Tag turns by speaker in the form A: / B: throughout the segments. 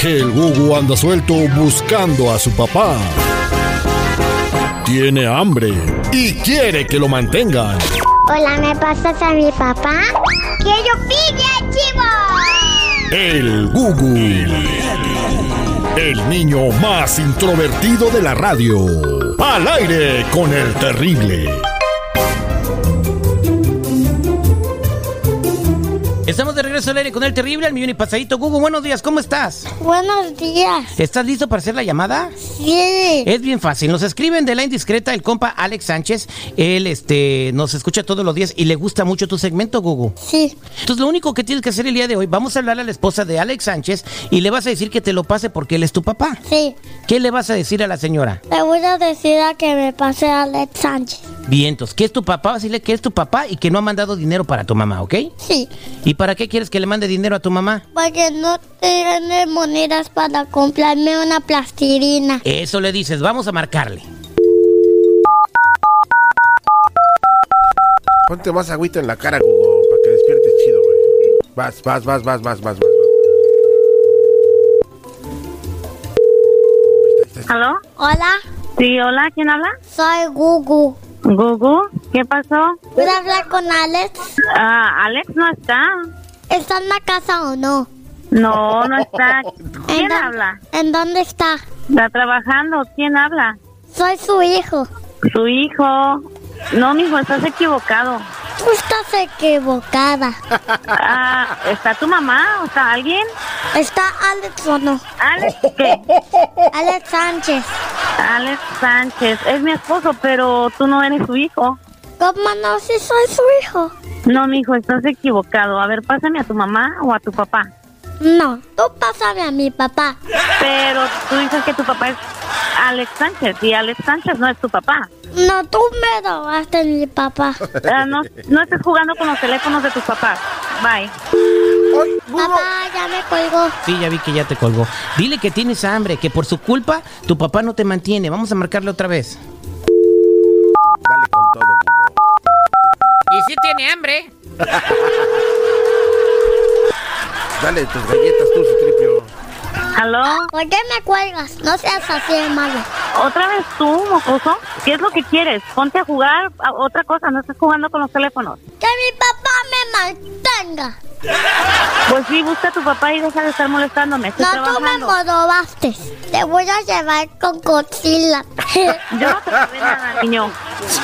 A: que el Gugu anda suelto buscando a su papá. Tiene hambre y quiere que lo mantengan.
B: Hola, ¿me pasas a mi papá? ¡Que yo pille, chivo!
A: El Gugu. El niño más introvertido de la radio. Al aire con el terrible.
C: Estamos de regreso al aire con el terrible, al millón y pasadito. Gugu, buenos días, ¿cómo estás?
D: Buenos días.
C: ¿Estás listo para hacer la llamada?
D: Sí.
C: Es bien fácil. Nos escriben de la indiscreta el compa Alex Sánchez. Él este, nos escucha todos los días y le gusta mucho tu segmento, Gugu.
D: Sí.
C: Entonces, lo único que tienes que hacer el día de hoy, vamos a hablar a la esposa de Alex Sánchez y le vas a decir que te lo pase porque él es tu papá.
D: Sí.
C: ¿Qué le vas a decir a la señora?
D: Le voy a decir a que me pase a Alex Sánchez.
C: Vientos, que es tu papá, vas a decirle que es tu papá y que no ha mandado dinero para tu mamá, ¿ok?
D: Sí.
C: ¿Y para qué quieres que le mande dinero a tu mamá?
D: Porque no tiene monedas para comprarme una plastilina.
C: Eso le dices, vamos a marcarle.
E: Ponte más agüita en la cara, Gugu, para que despiertes chido, güey. Vas, vas, vas, vas, vas, vas, vas.
F: ¿Aló?
D: Hola,
F: Sí, hola, ¿quién habla?
D: soy Gugu.
F: Gugu, ¿qué pasó?
D: ¿Puedo hablar con Alex?
F: Ah, Alex no está.
D: ¿Está en la casa o no?
F: No, no está.
D: ¿En
F: ¿Quién
D: dónde-
F: habla?
D: ¿En dónde está?
F: Está trabajando, ¿quién habla?
D: Soy su hijo.
F: Su hijo. No, mijo, estás equivocado.
D: Tú estás equivocada.
F: Ah, ¿está tu mamá o está alguien?
D: ¿Está Alex o no?
F: Alex, ¿qué?
D: Alex Sánchez.
F: Alex Sánchez. Es mi esposo, pero tú no eres su hijo.
D: ¿Cómo no? Si soy su hijo.
F: No, mijo, estás equivocado. A ver, pásame a tu mamá o a tu papá.
D: No, tú pásame a mi papá.
F: Pero tú dices que tu papá es Alex Sánchez y Alex Sánchez no es tu papá.
D: No, tú me robaste mi papá.
F: Ah, no, no estés jugando con los teléfonos de tus papás. Bye.
E: ¡Ay, Gugu!
D: Papá, ya me colgó.
C: Sí, ya vi que ya te colgó. Dile que tienes hambre, que por su culpa tu papá no te mantiene. Vamos a marcarle otra vez.
E: Dale con todo, Gugu.
C: Y si tiene hambre.
E: Dale tus galletas tú, Citripio.
F: ¿Aló?
D: ¿Por qué me cuelgas? No seas así, hermano.
F: ¿Otra vez tú, mocoso? ¿Qué es lo que quieres? Ponte a jugar a otra cosa, no estés jugando con los teléfonos.
D: Que mi papá me mantenga.
F: Pues sí, busca a tu papá y deja de estar molestándome. Estoy
D: No, tú me
F: trabajando.
D: robaste. Te voy a llevar con Godzilla.
F: Yo no te robé nada, niño.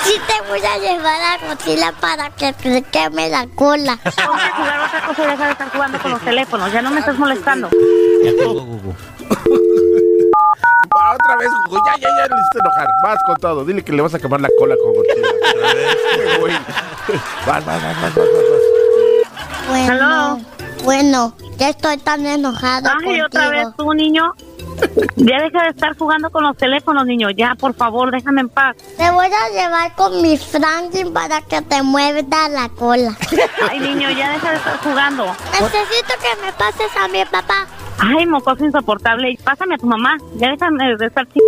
D: sí te voy a llevar a Godzilla para que te queme la cola.
F: Ponte a jugar otra cosa y deja de estar jugando con los teléfonos. Ya no me estás molestando.
C: Ya colgó, Gugu.
E: Va, otra vez, Gugu. Ya, ya, ya, le hiciste enojar. Vas con todo. Dile que le vas a quemar la cola con Godzilla. Otra vez, güey. Vas, vas, vas, vas, vas, vas. vas.
D: Bueno,
F: Hello.
D: bueno, ya estoy tan enojado
F: Ay,
D: contigo.
F: otra vez tú, niño. Ya deja de estar jugando con los teléfonos, niño. Ya, por favor, déjame en paz.
D: Te voy a llevar con mi Franklin para que te muerda la cola.
F: Ay, niño, ya deja de estar jugando.
D: Necesito que me pases a mi papá.
F: Ay, mocoso insoportable. Pásame a tu mamá. Ya déjame de estar ch...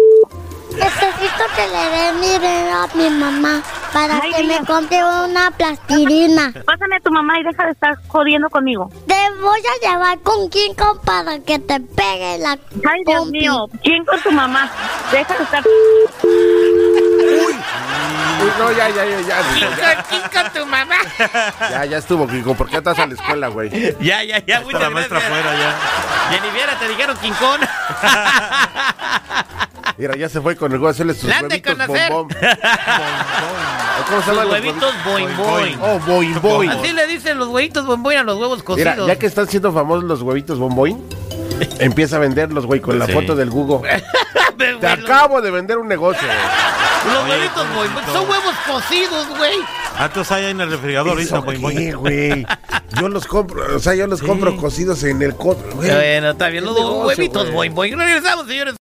D: Necesito que le dé mi dinero a mi mamá para
F: Ay,
D: que
F: niña.
D: me compre una plastilina.
F: Pásame a tu mamá y deja de estar jodiendo conmigo.
D: Te voy a llevar con Kinko para que te pegue la
F: Ay, Dios
D: compi.
F: mío. ¿Quién con tu mamá? Deja de estar...
E: Uy, no, ya, ya, ya, ya. Gugu, ya.
C: tu mamá.
E: Ya, ya estuvo, Gugu. ¿Por qué estás a la escuela, güey?
C: Ya, ya, ya, muchas
G: la maestra afuera ya.
C: Viera, te dijeron quincón.
E: Mira, ya se fue con el Gugu a hacerle sus
C: La han de
E: huevitos
C: conocer.
E: bombón. ¿Cómo
C: Los
E: se llaman los
C: huevitos boing boing.
E: Oh, boing boing.
C: Así le dicen los huevitos bombón a los huevos
E: Mira,
C: cocidos.
E: ya que están siendo famosos los huevitos bomboín, empieza a venderlos, güey, con la
G: Sí.
E: foto del Google.
C: Ve,
E: Te
C: güey, los-
E: acabo de vender un negocio. güey.
C: Los
G: Oye,
C: huevitos boing boing. Son huevos cocidos, güey.
G: Antes hay en el refrigerador ahorita,
E: ¿Eso
G: boing,
E: qué,
G: boing.
E: güey? Yo los compro, o sea, yo los compro cocidos en el... co- güey.
C: Bueno, está bien, los
E: Qué negocio,
C: huevitos
E: güey.
C: boing boing. Regresamos, señores.